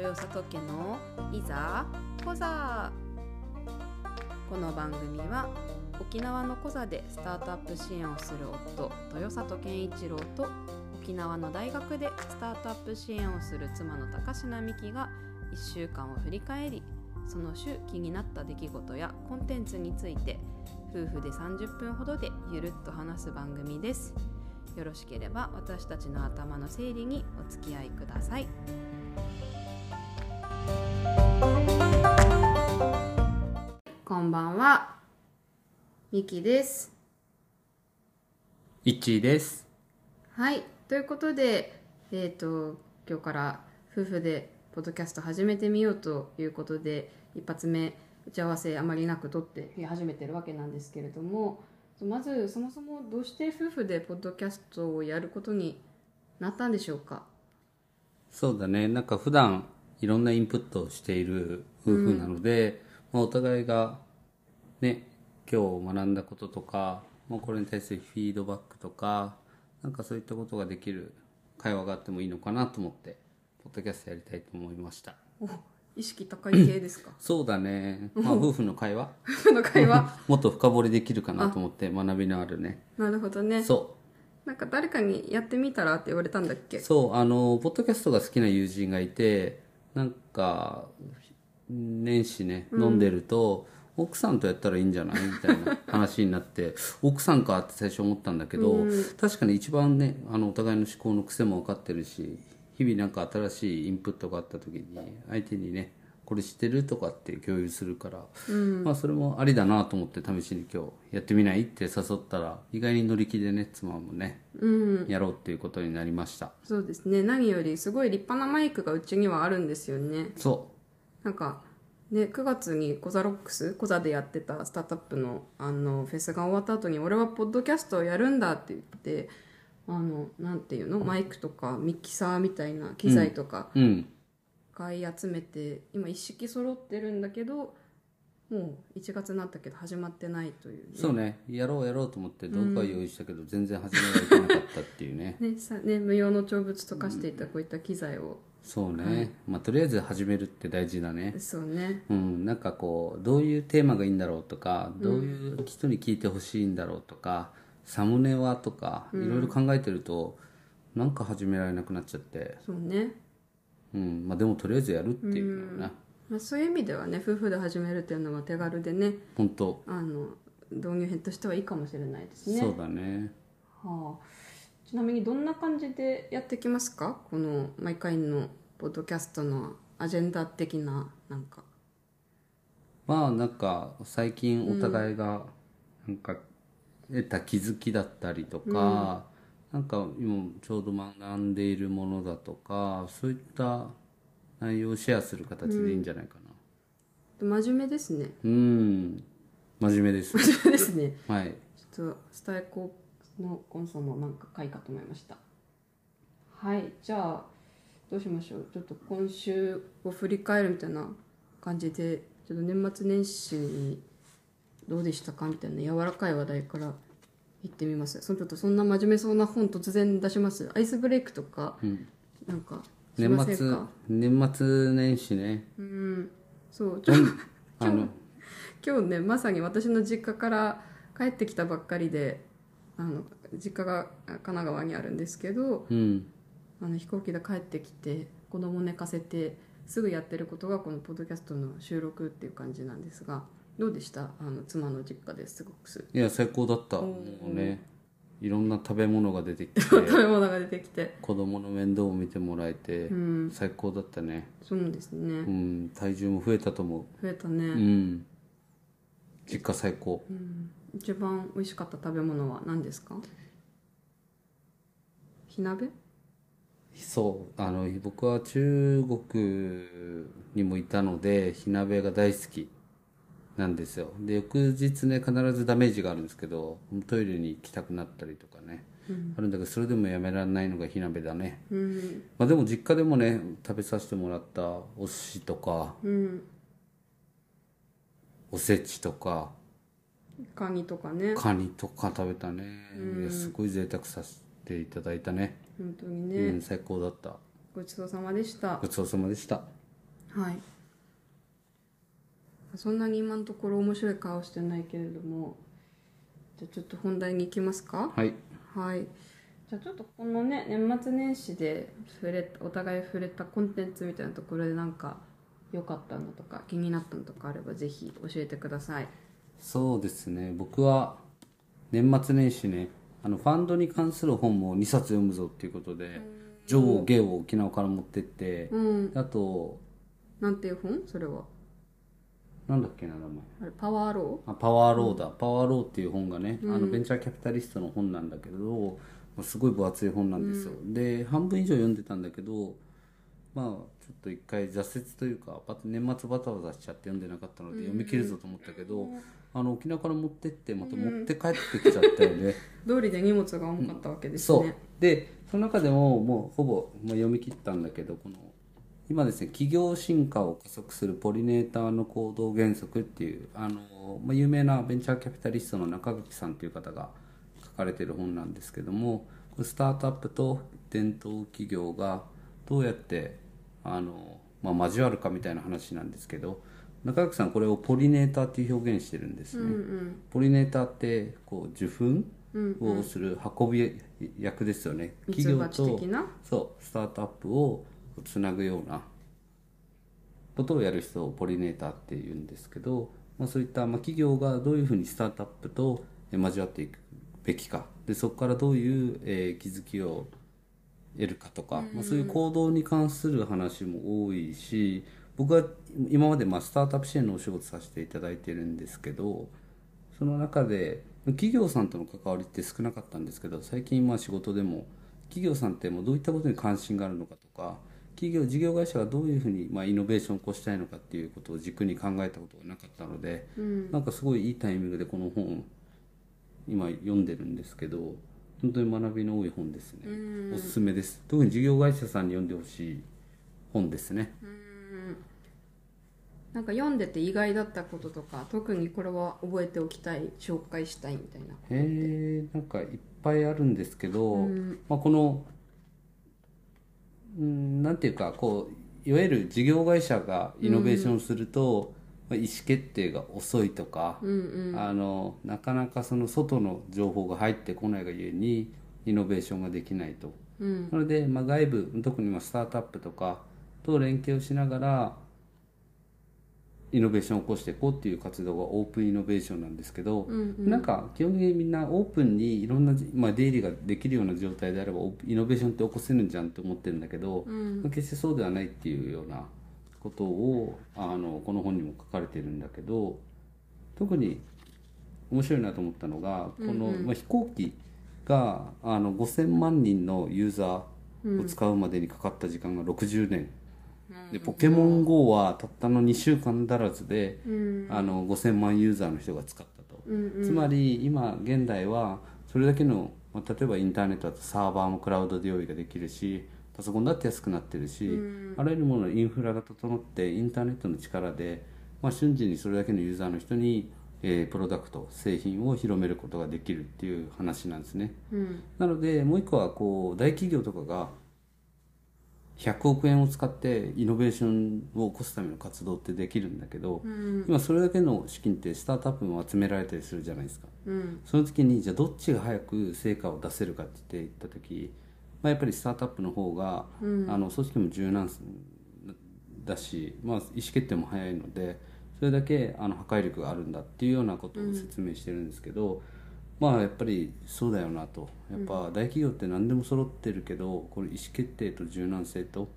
よさとけのいざこざこの番組は沖縄のコザでスタートアップ支援をする夫豊里健一郎と沖縄の大学でスタートアップ支援をする妻の高階美希が1週間を振り返りその週気になった出来事やコンテンツについて夫婦で30分ほどでゆるっと話す番組ですよろしければ私たちの頭の整理にお付き合いくださいこんばんはみきです一位です。はい、ということで、えっ、と、今日から夫婦でポッドキャスト始めてみようということで、一発目、打ち合わせあまりなく取って始めてるわけなんですけれども、まず、そもそもどうして夫婦でポッドキャストをやることになったんでしょうかそうだね。なんか普段いろんなインプットをしている夫婦なので、まあお互いがね、今日学んだこととか、まあこれに対するフィードバックとか、なんかそういったことができる会話があってもいいのかなと思って、ポッドキャストやりたいと思いました。お、意識高い系ですか そうだね。まあ 夫婦の会話、夫婦の会話。もっと深掘りできるかなと思って学びのあるね。なるほどね。そう。なんか誰かにやってみたらって言われたんだっけそう、あの、ポッドキャストが好きな友人がいて、なんか、年始ね、飲んでると、奥さんとやったらいいんじゃないみたいな話になって、 奥さんかって最初思ったんだけど、確かに一番ね、あの、お互いの思考の癖も分かってるし、日々なんか新しいインプットがあった時に、相手にね、これ知ってるとかって共有するから、まあそれもありだなと思って試しに今日やってみないって誘ったら、意外に乗り気でね、妻もね、やろうっていうことになりました。そうですね。何よりすごい立派なマイクがうちにはあるんですよね。そなんか、ね、9月にコザロックス、コザでやってたスタートアップのあのフェスが終わった後に、俺はポッドキャストをやるんだって言って、あの、なんていうのマイクとかミキサーみたいな機材とかう。うん。買い集めて、今一式揃ってるんだけど、もう1月になったけど始まってないというね。。そうね。やろうやろうと思って動画を用意したけど、全然始められてなかったっていう ねね、さね、無用の長物と化していたこういった機材を、そうね。まあ、とりあえず始めるって大事だね。そうね。うん。なんかこう、どういうテーマがいいんだろうとか、どういう人に聞いてほしいんだろうとか、サムネはとか、いろいろ考えてると、なんか始められなくなっちゃって。そうね。うん。まあ、でもとりあえずやるっていうのはな。まあ、そういう意味ではね、夫婦で始めるっていうのは手軽でね、本当あの導入編としてはいいかもしれないですね。そうだね。はあ、ちなみにどんな感じでやってきますかこの毎回のポッドキャストのアジェンダ的ななんか。まあなんか最近お互いがなんか得た気づきだったりとか、なんか今ちょうど学んでいるものだとかそういった内容をシェアする形でいいんじゃないかな真面目ですね。 うん真面目です真面目ですね。はいちょっとスタイコのコンソのなんか回かと思いました。はい、じゃあどうしましょう。ちょっと今週を振り返るみたいな感じで、ちょっと年末年始にどうでしたかみたいな柔らかい話題から行ってみます。そのちょっとそんな真面目そうな本突然出します。アイスブレイクとか、なんかしませ年ん末か。年末年始ねうん、そうちょっと あの今日ねまさに私の実家から帰ってきたばっかりであの実家が神奈川にあるんですけどうんあの飛行機で帰ってきて子供寝かせてすぐやってることがこのポッドキャストの収録っていう感じなんですがどうでしたあの妻の実家ですごくすいや最高だったうんもうねいろんな食べ物が出 てきて食べ物が出てきて子供の面倒を見てもらえてうん最高だったねそうですうねん、体重も増えたと思増えたう。うね、ん。実家最高。うん、一番美味しかった食べ物は何ですか火鍋そう、あの、僕は中国にもいたので、火鍋が大好きなんですよ。で、翌日ね、必ずダメージがあるんですけど、トイレに行きたくなったりとかね。あるんだけど、それでもやめられないのが火鍋だね。うんまあでも実家でもね、食べさせてもらったお寿司とか、うんおせちとか、カニとかねカニとか食べたね。いやすごい贅沢させていただいたね。本当にうねん、最高だった。ごちそうさまでしたごちそうさまでした。はいそんなに今のところ面白い顔してないけれどもじゃあちょっと本題に行きますかはいはいじゃあちょっとこのね年末年始で触れお互い触れたコンテンツみたいなところでなんか良かったのとか気になったのとかあればぜひ教えてくださいそうですね僕は年末年始ねあのファンドに関する本も2冊読むぞっていうことで上下を沖縄から持ってってうんあとなんていう本それはなんだっけな名前あれパワーロあパワーローだ、パワーローっていう本がね、あのベンチャーキャピタリストの本なんだけどすごい分厚い本なんですよ、で半分以上読んでたんだけどまあちょっと一回挫折というかバタ年末バタバタしちゃって読んでなかったので読み切るぞと思ったけど、あの沖縄から持ってってまた持って帰ってきちゃったので、ー通りで荷物が重かったわけですね、そうでその中でももうほぼ、まあ、読み切ったんだけどこの今ですね企業進化を加速するポリネーターの行動原則っていうあの、まあ、有名なベンチャーキャピタリストの中垣さんっていう方が書かれてる本なんですけどもこれスタートアップと伝統企業がどうやってあの、まあ、交わるかみたいな話なんですけど中垣さんこれをポリネーターっていう表現してるんですね。ポリネーターってこう受粉をする運び役ですよね、ミツ企業バチと的なそうスタートアップをつなぐようなことをやる人をポリネーターっていうんですけど、まあ、そういったまあ企業がどういうふうにスタートアップとえ交わっていくべきかでそこからどういう、えー気づきを得るかとか、まあ、そういう行動に関する話も多いし僕は今までまあスタートアップ支援のお仕事させていただいてるんですけどその中で企業さんとの関わりって少なかったんですけど最近まあ仕事でも企業さんってもうどういったことに関心があるのかとか企業事業会社がどういうふうにまあイノベーションを起こしたいのかっていうことを軸に考えたことがなかったので、なんかすごいいいタイミングでこの本を今読んでるんですけど本当に学びの多い本ですね、おすすめです特に事業会社さんに読んでほしい本ですね、なんか読んでて意外だったこととか特にこれは覚えておきたい紹介したいみたいなへえんかいっぱいあるんですけど、まあ、このうんなんていうかこういわゆる事業会社がイノベーションすると、まあ意思決定が遅いとか、あのなかなかその外の情報が入ってこないがゆえにイノベーションができないと、なので、まあ、外部特にまあスタートアップとかと連携をしながらイノベーションを起こしていこうっていう活動がオープンイノベーションなんですけど、なんか基本的にみんなオープンにいろんな、まあ、出入りができるような状態であればオープンイノベーションって起こせるんじゃんって思ってるんだけど、まあ決してそうではないっていうようなことをあのこの本にも書かれてるんだけど特に面白いなと思ったのがこの、まあ、飛行機があの5,000万人のユーザーを使うまでにかかった時間が60年、でポケモン GO はたったの2週間足らずで、あの5,000万ユーザーの人が使ったと、つまり今現代はそれだけのまあ例えばインターネットだとサーバーもクラウドで用意ができるしパソコンだって安くなってるし、あらゆるもののインフラが整ってインターネットの力で、まあ、瞬時にそれだけのユーザーの人に、えープロダクト製品を広めることができるっていう話なんですね。なのでもう一個はこう大企業とかが100億円を使ってイノベーションを起こすための活動ってできるんだけど、今それだけの資金ってスタートアップも集められたりするじゃないですか、その時にじゃあどっちが早く成果を出せるかって言って言った時、まあ、やっぱりスタートアップの方が、あの組織も柔軟だし、まあ、意思決定も早いのでそれだけあの破壊力があるんだっていうようなことを説明してるんですけど、まあやっぱりそうだよなとやっぱ大企業って何でも揃ってるけどこれ意思決定と柔軟性と、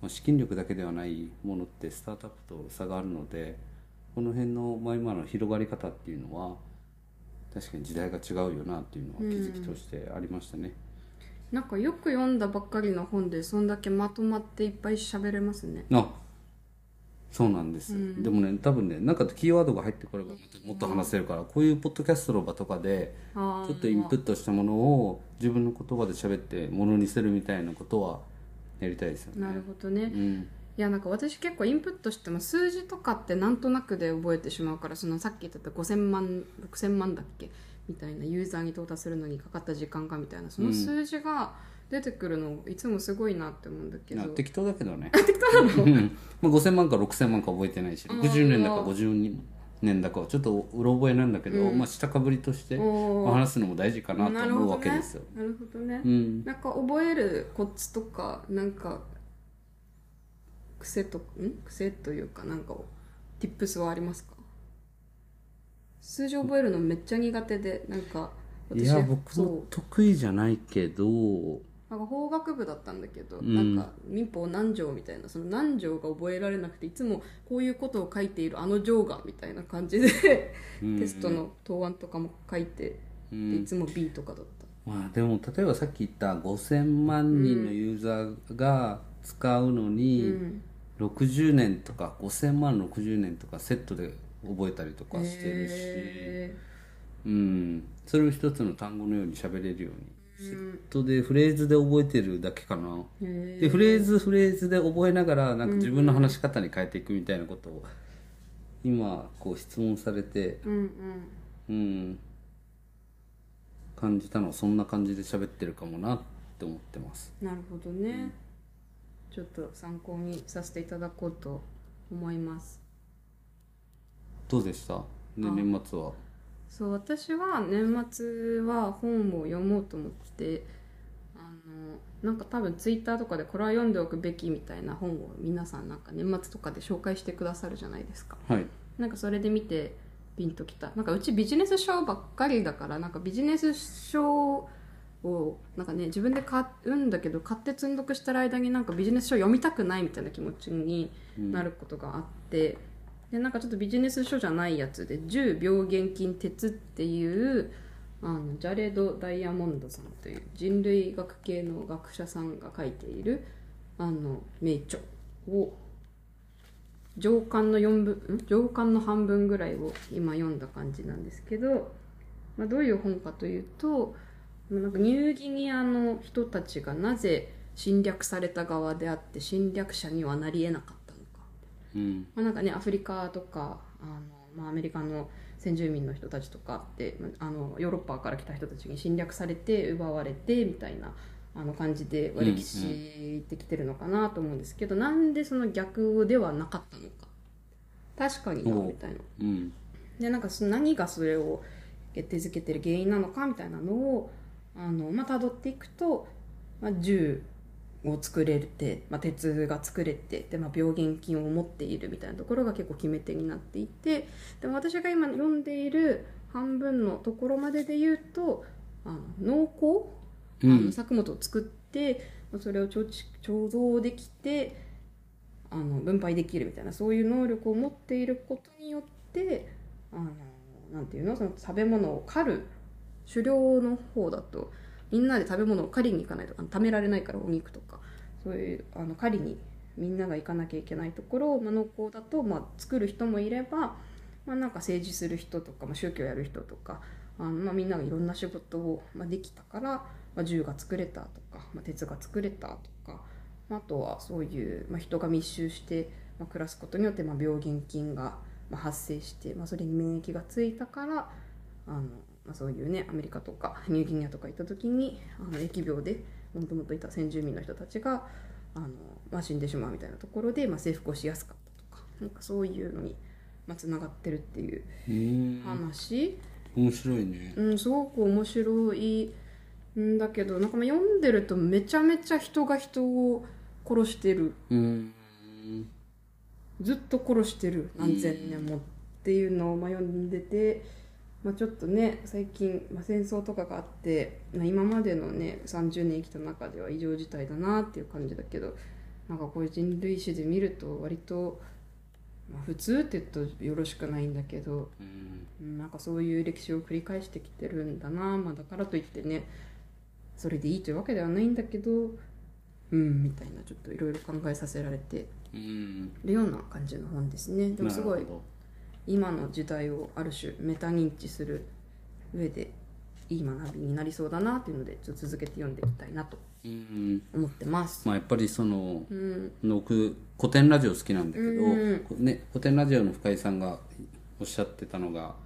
まあ、資金力だけではないものってスタートアップと差があるのでこの辺の、まあ、今の広がり方っていうのは確かに時代が違うよなっていうのは気づきとしてありましたね。なんかよく読んだばっかりの本でそんだけまとまっていっぱい喋れますねあそうなんです、でもね多分ねなんかキーワードが入ってこればもっと話せるから、こういうポッドキャストの場とかでちあょっとインプットしたものを自分の言葉で喋ってものにするみたいなことはやりたいですよねなるほどね、ど、うん、いやなんか私結構インプットしても数字とかってなんとなくで覚えてしまうからそのさっき言ってた5000万6000万だっけみたいなユーザーに到達するのにかかった時間がみたいなその数字が出てくるのいつもすごいなって思うんだけどな適当だけどね適当なうのん まあ5000万か6000万か覚えてないしうん60年だか50年だかはちょっとうろ覚えなんだけど、うんまあ下かぶりとしておーまあ話すのも大事かなとなる思うほどわけねですよ、なるほどね、うんなんか覚えるコツとかなんか癖とん癖というかなんかティップスはありますか数字覚えるのめっちゃ苦手でなんかいや僕そもう得意じゃないけどなんか法学部だったんだけど、うんなんか民法何条みたいなその何条が覚えられなくていつもこういうことを書いているあの条がみたいな感じでテストの答案とかも書いて、うんでいつも B とかだった。まあでも例えばさっき言った5000万人のユーザーが使うのに、うん60年とか5000万60年とかセットで覚えたりとかしてるし、へうん、それを一つの単語のように喋れるように、うセットでフレーズで覚えてるだけかな、ーへーでフレーズフレーズで覚えながらなんか自分の話し方に変えていくみたいなことを今こう質問されてうんうんうん感じたのはそんな感じで喋ってるかもなって思ってますなるほどね、ちょっと参考にさせていただこうと思いますどうでしたで年末はそう私は年末は本を読もうと思ってあのなんか多分ツイッターとかでこれは読んでおくべきみたいな本を皆さんなんか年末とかで紹介してくださるじゃないですかはいなんかそれで見てピンときたなんかうちビジネス書ばっかりだからなんかビジネス書をなんかね自分で買うんだけど買って積んどくしてる間になんかビジネス書読みたくないみたいな気持ちになることがあって、でなんかちょっとビジネス書じゃないやつで「10病原菌鉄」っていうあのジャレド・ダイヤモンドさんという人類学系の学者さんが書いているあの名著を上巻の4分ん上巻の半分ぐらいを今読んだ感じなんですけど、まあ、どういう本かというとなんかニューギニアの人たちがなぜ侵略された側であって侵略者にはなりえなかったのかうんまあ、なんかねアフリカとかあの、まあ、アメリカの先住民の人たちとかってまああのヨーロッパから来た人たちに侵略されて奪われてみたいなあの感じでうん歴史ってきてるのかなと思うんですけど、なんでその逆ではなかったのか確かになおうみたいなうんでなんかその何がそれを決定づけてる原因なのかみたいなのをあの、まあ、辿っていくと、まあ、銃を作れて、まあ、鉄が作れてで、まあ、病原菌を持っているみたいなところが結構決め手になっていてでも私が今読んでいる半分のところまでで言うとあの農耕あうのん作物を作ってそれを貯蓄貯蔵できてあの分配できるみたいなそういう能力を持っていることによってあのなんていうのその食べ物を狩る狩猟の方だとみんなで食べ物を狩りに行かないとあの貯められないからお肉とかそういうあの狩りにみんなが行かなきゃいけないところを、まあ、農耕だと、まあ、作る人もいれば、まあ、なんか政治する人とか、まあ、宗教やる人とかあの、まあ、みんながいろんな仕事を、まあ、できたから、まあ、銃が作れたとか、まあ、鉄が作れたとか、まあ、あとはそういう、まあ、人が密集して、まあ、暮らすことによって、まあ、病原菌が、まあ、発生して、まあ、それに免疫がついたからあの、まあ、そういうねアメリカとかニューギニアとか行った時にあの疫病でもともといた先住民の人たちがあの、まあ、死んでしまうみたいなところで、まあ、征服をしやすかったとかなんかそういうのにつながってるっていううん話。面白いねうん、すごく面白いんだけどなんかまあ読んでるとめちゃめちゃ人が人を殺してるうんずっと殺してる何千年もっていうのをまあ読んでて、まあ、ちょっとね最近、まあ、戦争とかがあって、まあ、今までのね30年生きた中では異常事態だなっていう感じだけどなんかこういう人類史で見ると割と、まあ、普通って言うとよろしくないんだけどうんうんなんかそういう歴史を繰り返してきてるんだな、まあ、だからといってねそれでいいというわけではないんだけどうんみたいなちょっといろいろ考えさせられてうんるような感じの本ですねでもすごないるほど今の時代をある種メタ認知する上でいい学びになりそうだなというのでちょっと続けて読んでいきたいなとうん思ってます。まあやっぱりそのうん、僕古典ラジオ好きなんだけど、うんね、古典ラジオの深井さんがおっしゃってたのが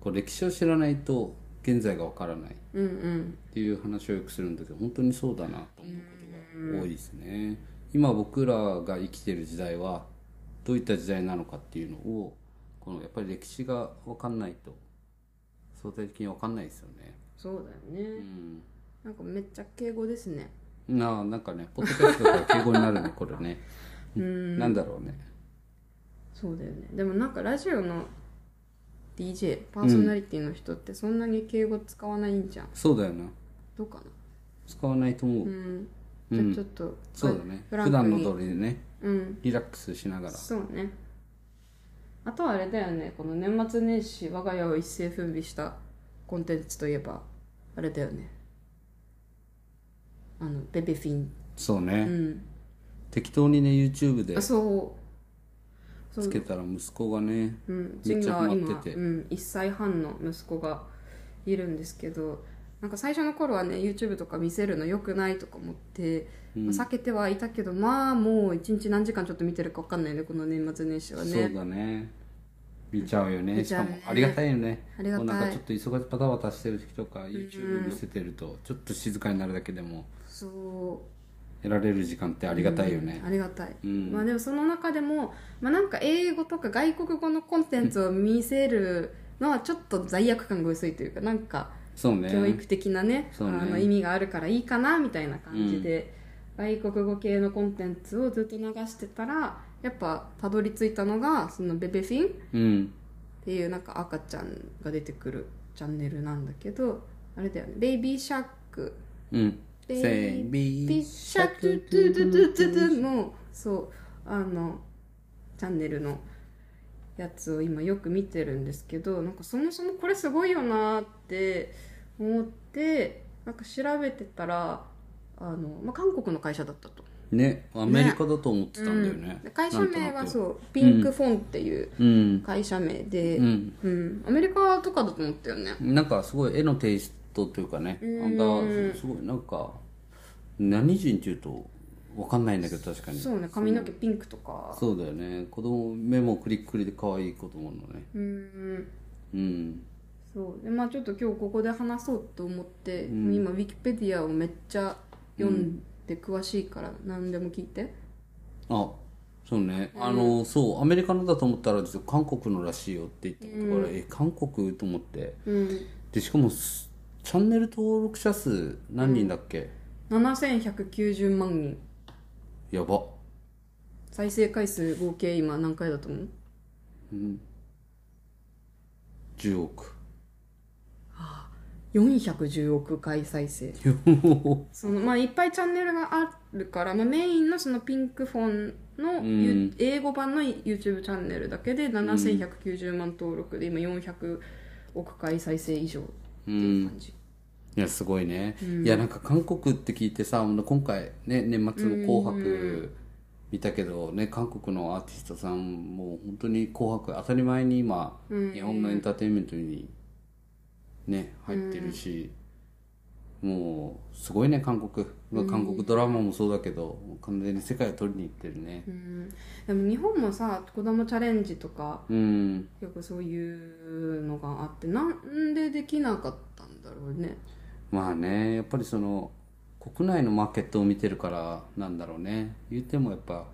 こう歴史を知らないと現在がわからないっうんうんていう話をよくするんだけど本当にそうだなと思うことが多いですね今僕らが生きてる時代はどういった時代なのかっていうのをこのやっぱり歴史がわかんないと相対的にわかんないですよねそうだよね、うんなんかめっちゃ敬語ですねなあなんかねポッドキャストから敬語になるねこれねなんだろうねそうだよねでもなんかラジオの DJ パーソナリティの人ってそんなに敬語使わないんじゃん、そうだよなどうかな使わないと思う、うんじゃあちょっと、そうだねフ普ランク段のに通りでねうんリラックスしながらそうねあとはあれだよねこの年末年始我が家を一斉奮備したコンテンツといえばあれだよねあのベベフィンそううね、ん適当にね YouTube であそうそうつけたら息子がねうん、めジっンちゃがハマ今、っててうん、1歳半の息子がいるんですけどなんか最初の頃はね YouTube とか見せるの良くないとか思って、うんまあ避けてはいたけどまあもう一日何時間ちょっと見てるか分かんないねこの年末年始はそうねだね見ちゃうよね見しちゃかうねもありがたいよねありがたいもうなんかちょっと忙しいバタバタしてる時とか YouTube 見せてるとちょっと静かになるだけでもそう得られる時間ってありがたいよねうん、ありがたい、うんまあでもその中でも、まあ、なんか英語とか外国語のコンテンツを見せるのはちょっと罪悪感が薄いというかなんかそうね教育的なね,、そうねあの意味があるからいいかなみたいな感じで、外国語系のコンテンツをずっと流してたらやっぱたどり着いたのがそのベベフィンっうんていうなんか赤ちゃんが出てくるチャンネルなんだけどあれだよねベイビーシャークうんベイセビピッシャトゥトゥトゥトゥトゥトゥのそうあのチャンネルのやつを今よく見てるんですけどなんかそもそもこれすごいよなーって思ってなんか調べてたらあの、まあ、韓国の会社だったと。ねアメリカだと思ってたんだよねうんで会社名なんとなはくそうピンクフォンっていううん会社名で、ううんんアメリカとかだと思ったよね。なんかすごい絵のテイストというかね、あんたすごいなんか何人っていうとわかんないんだけど確かにそうね髪の毛ピンクとかそうだよね子供目もクリックリで可愛い子供のねうんうんそうでまあちょっと今日ここで話そうと思って、今ウィキペディアをめっちゃ読んで詳しいから何でも聞いて、あそうね、あのそうアメリカのだと思ったら実は韓国のらしいよって言ったことから、え韓国と思ってうん、でしかもすチャンネル登録者数何人だっけ、 7190万人やば再生回数合計今何回だと思う10億 ?410 億回再生そのまあいっぱいチャンネルがあるから、まあ、メインのそのピンクフォンの、ゆ英語版の YouTube チャンネルだけで7190万登録で今400億回再生以上っていう感じ、いやすごいね、いやなんか韓国って聞いてさ今回ね年末の「紅白」見たけどね、韓国のアーティストさんもう本当に「紅白」当たり前に今、日本のエンターテインメントにね入ってるし、もうすごいね韓国韓国ドラマもそうだけど、完全に世界を取りに行ってるねうん、でも日本もさ子供チャレンジとかうんよくそういうのがあってなんでできなかったんだろうねまあねやっぱりその国内のマーケットを見てるからなんだろうね言うてもやっぱ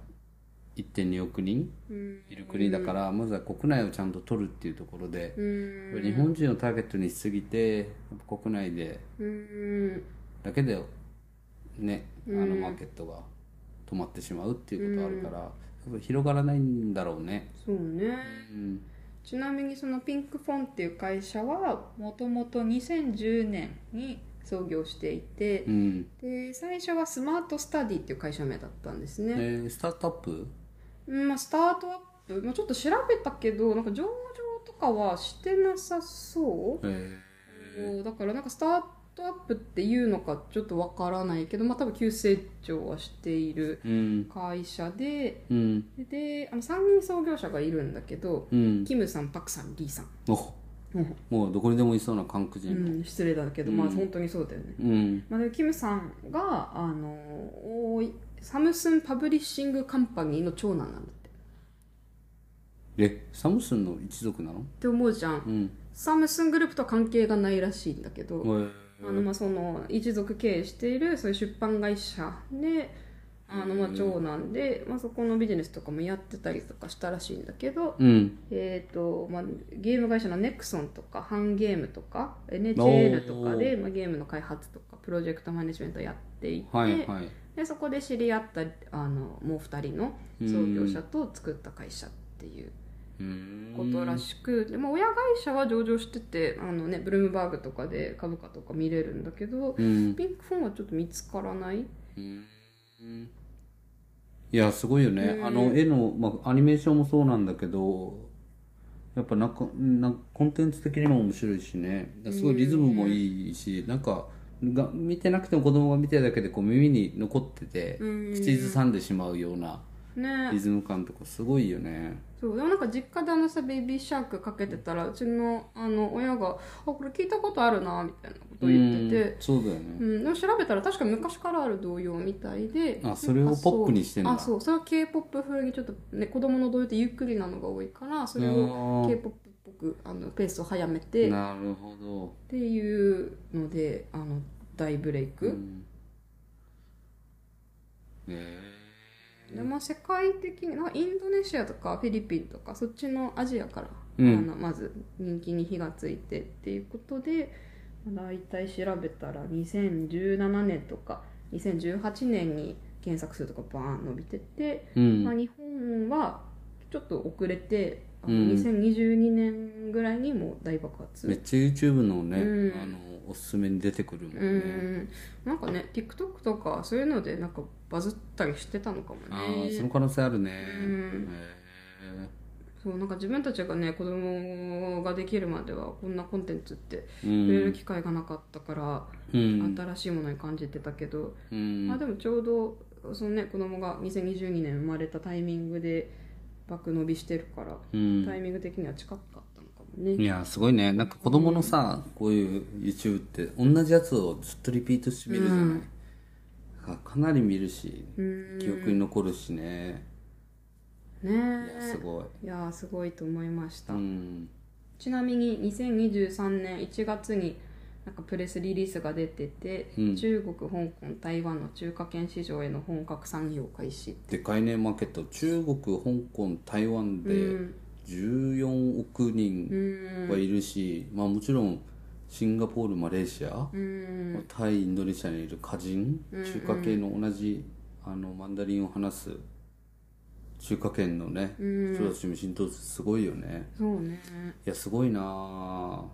1.2億人うんいる国だから、まずは国内をちゃんと取るっていうところで、うん日本人をターゲットにしすぎてやっぱ国内でうんだけでねあのマーケットが止まってしまうっていうことあるから、やっぱ広がらないんだろうね。そうねうんちなみにそのピンクフォンっていう会社はもともと2010年に創業していてうんで最初はスマートスタディっていう会社名だったんですね、えースタートアップうんまあ、スタートアップ、まあ、ちょっと調べたけどなんか上場とかはしてなさそうえーそうだからなんかスタートアップっていうのかちょっとわからないけど、まあ、多分急成長はしているうん会社でうんであの3人創業者がいるんだけどうんキムさんパクさんリーさん、おうんもうどこにでもいそうな韓国う人のん、失礼だけど、まあ本当にそうだよね、うんまあ、でキムさんがあのおいサムスンパブリッシングカンパニーの長男なんだってっえサムスンの一族なのて思うじゃんうんサムスングループとは関係がないらしいんだけど、うんあのまあその一族経営しているそういう出版会社であのまあ長男で、まあ、そこのビジネスとかもやってたりとかしたらしいんだけど、うんえーとまあ、ゲーム会社のネクソンとかハンゲームとか NHN とかで、まあ、ゲームの開発とかプロジェクトマネジメントやっていて、はいはいでそこで知り合ったあのもう2人の創業者と作った会社っていうことらしく、でまあ、親会社は上場しててあの、ね、ブルームバーグとかで株価とか見れるんだけど、うんピンクフォンはちょっと見つからないうんいやすごいよね、うんあの絵の、まあ、アニメーションもそうなんだけどやっぱなんかなんかコンテンツ的にも面白いしねすごいリズムもいいし、なんかが見てなくても子供が見てるだけでこう耳に残ってて、うん口ずさんでしまうようなリねズム感とかすごいよね、そうでもなんか実家であのさ「ベイビーシャーク」かけてたらうちのあの親が「あこれ聞いたことあるな」みたいなことを言ってうてん、そうだよね、うん、でも調べたら確か昔からある童謡みたいであそれをポップにしてんだあそうそれは k p o p 風にちょっと、ね、子供の童謡ってゆっくりなのが多いからそれをあー k p o p っぽくあのペースを早めてっなるほど、ていうのであの大ブレイク、うんねでまあ、世界的になんかインドネシアとかフィリピンとかそっちのアジアから、うんあのまず人気に火がついてっていうことで、まあ、大体調べたら2017年とか2018年に検索数とかバーン伸びてて、えうんまあ、日本はちょっと遅れて、あのうん2022年ぐらいにもう大爆発。めっちゃ YouTube のね、うんあのおすすめに出てくるもんうね、んなんかね TikTok とかそういうのでなんかバズったりしてたのかもああそねの可能性あるね、うんへそうなんか自分たちがね子供ができるまではこんなコンテンツってえう触れるん機会がなかったから、うん新しいものに感じてたけど、うんまあでもちょうどそのね子供が2022年生まれたタイミングで爆伸びしてるから、うんタイミング的には近かったのかもね。いやすごいねなんか子供のさ、こういう YouTube って同じやつをずっとリピートして見るじゃない、かかなり見るしうん記憶に残るしね、ねいやすえごい、いやーすごいと思いました、うん、ちなみに2023年1月になんかプレスリリースが出てて、うん中国香港台湾の中華圏市場への本格産業開始で概念マーケット中国香港台湾うでん14億人うんはいるし、まあ、もちろんシンガポールマレーシア、うんタイインドネシアにいる歌人、うんうん中華系の同じあのマンダリンを話す中華圏のね、うん人たちも浸透すごいよねそうねいやすごいなあ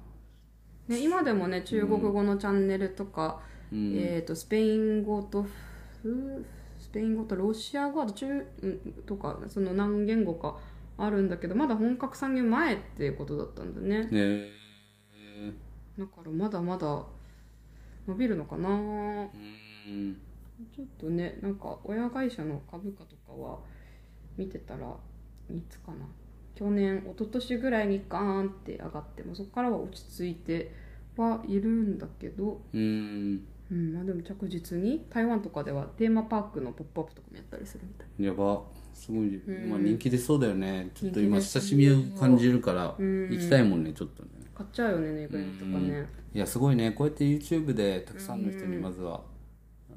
ね今でもね中国語のチャンネルとか、うんえー、とスペイン語とふスペイン語とロシア語あと中うんとかその何言語かあるんだけどまだ本格産業前っていうことだったんだねねえだからまだまだ伸びるのかなうんちょっとねなんか親会社の株価とかは見てたらいつかな去年一昨年ぐらいにガーンって上がってもうそこからは落ち着いてはいるんだけど、うんうんまあ、でも着実に台湾とかではテーマパークのポップアップとかもやったりするみたいやばすごい、うんまあ、人気出そうだよねちょっと人気出今親そうしみを感じるからうん行きたいもんねちょっとね買っちゃうよねぬいぐるみとかねいやすごいねこうやって YouTube でたくさんの人にまずは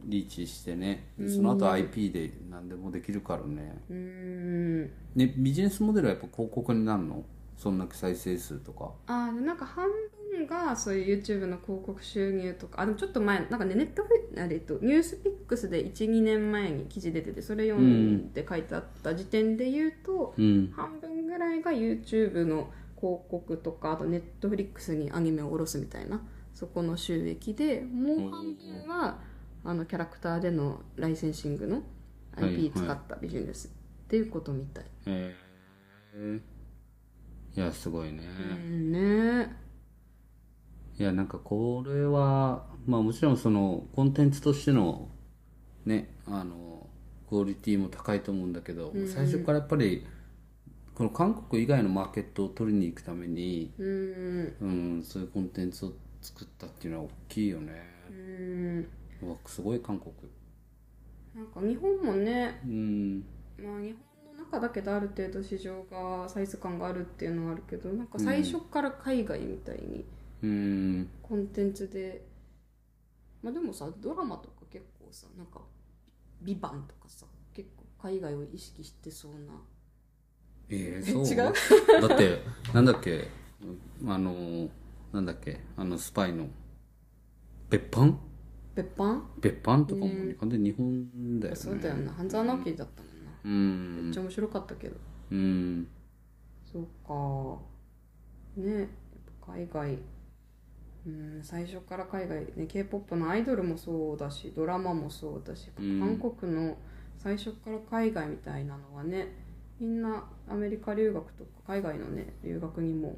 リーチしてね、でその後 IP で何でもできるからね、うーんね、ビジネスモデルはやっぱ広告になるのそんな再生数とかあーでなんか半分がそういう YouTube の広告収入とかあでもちょっと前なんかねネットフリあれえっとニュースピックスで12年前に記事出ててそれ読んで書いてあった時点で言うと、うん半分ぐらいが YouTube の広告とかあとネットフリックスにアニメを下ろすみたいなそこの収益でもう半分はあのキャラクターでのライセンシングのはい IP 使ったビジネスっていうことみたい、へえいやすごいね、うんねいやなんかこれはまあもちろんそのコンテンツとしてのねあのクオリティも高いと思うんだけど、最初からやっぱりこの韓国以外のマーケットを取りに行くために、うんうん、そういうコンテンツを作ったっていうのは大きいよね、うんうわすごい韓国なんか日本もね、うんまあ、日本の中だけどある程度市場がサイズ感があるっていうのはあるけどなんか最初から海外みたいにうんコンテンツで、まあでもさドラマとか結構さなんか「ビバンとかさ結構海外を意識してそうなええ違そうだってなんだっけあのなんだっけあのスパイの別班別班別班とかもうん完全に日本だよねそうだよな半沢直樹だったもんな、めうっんちゃ面白かったけどうんそうかねやっぱ海外うん最初から海外ね k p o p のアイドルもそうだしドラマもそうだし、うん韓国の最初から海外みたいなのはねみんなアメリカ留学とか海外のね留学にも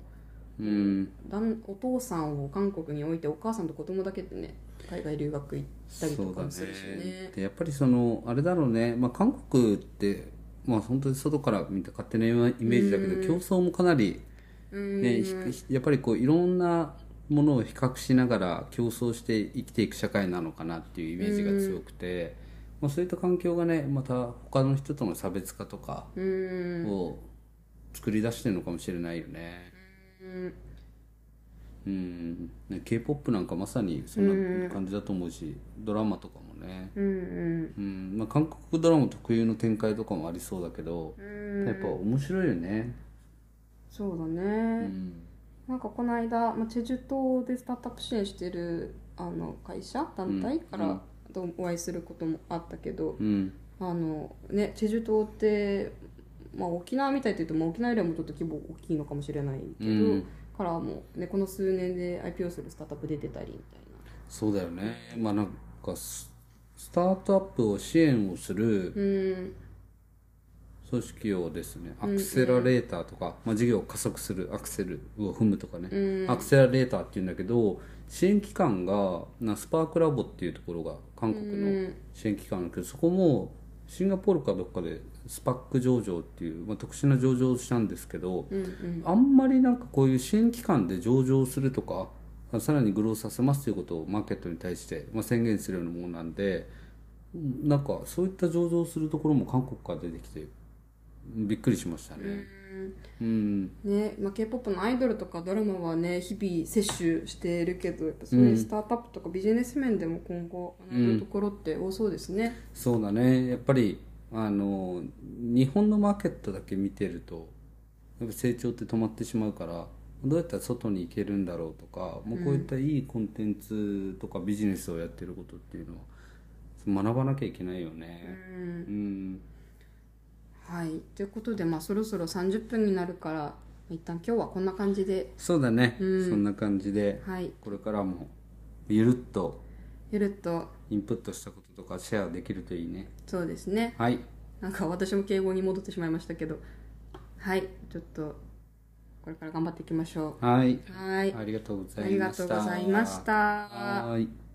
うんだんお父さんを韓国に置いてお母さんと子供だけでね海外留学行ったりとかもするしねでやっぱりそのあれだろうね、まあ、韓国ってまあ本当に外から見た勝手なイメージだけど、競争もかなり、うんねひやっぱりこういろんなものを比較しながら競争して生きていく社会なのかなっていうイメージが強くて、まあ、そういった環境がねまた他の人との差別化とかうんを作り出してるのかもしれないよね。うんうんね、k p o p なんかまさにそんな感じだと思うし、ドラマとかもね、うんうんまあ、韓国ドラマ特有の展開とかもありそうだけどう、んやっぱ面白いよね、そうだね、うんなんかこの間、まあ、チェジュ島でスタートアップ支援してるあの会社団体からとお会いすることもあったけど、うんあのね、チェジュ島って、まあ、沖縄みたいというと、まあ、沖縄よりはもうちょっと規模大きいのかもしれないけど、うんからもう、ね、この数年で IPO するスタートアップ出てたりみたいな。そうだよねまあなんかススタートアップを支援をするうん組織をですねアクセラレーターとか、まあ、事業を加速するアクセルを踏むとかね、アクセラレーターっていうんだけど支援機関がなスパークラボっていうところが韓国の支援機関なんだけど、そこもシンガポールかどっかでスパック上場っていう、まあ、特殊な上場をしたんですけど、うんうんあんまりなんかこういう支援機関で上場するとかさらにグロースさせますということをマーケットに対して、まあ、宣言するようなものなんでうんなんかそういった上場するところも韓国から出てきてびっくりしましたね。うん、ねまあ、k p o p のアイドルとかドラマはね日々摂取しているけどやっぱそういうスタートアップとかビジネス面でも今後学ぶところって多そうですね。そうだねやっぱりあの日本のマーケットだけ見てるとやっぱ成長って止まってしまうからどうやったら外に行けるんだろうとかもうこういったいいコンテンツとかビジネスをやってることっていうのは学ばなきゃいけないよね。うん、はい、ということで、まあ、そろそろ30分になるから一旦今日はこんな感じで、そうだね、そんな感じではい、これからもゆるっとゆるっとインプットしたこととかシェアできるといいね。そうですねはい、なんか私も敬語に戻ってしまいましたけどはいちょっとこれから頑張っていきましょはい、う。はいありがとうござあいりがまとしうた。ございました。はい。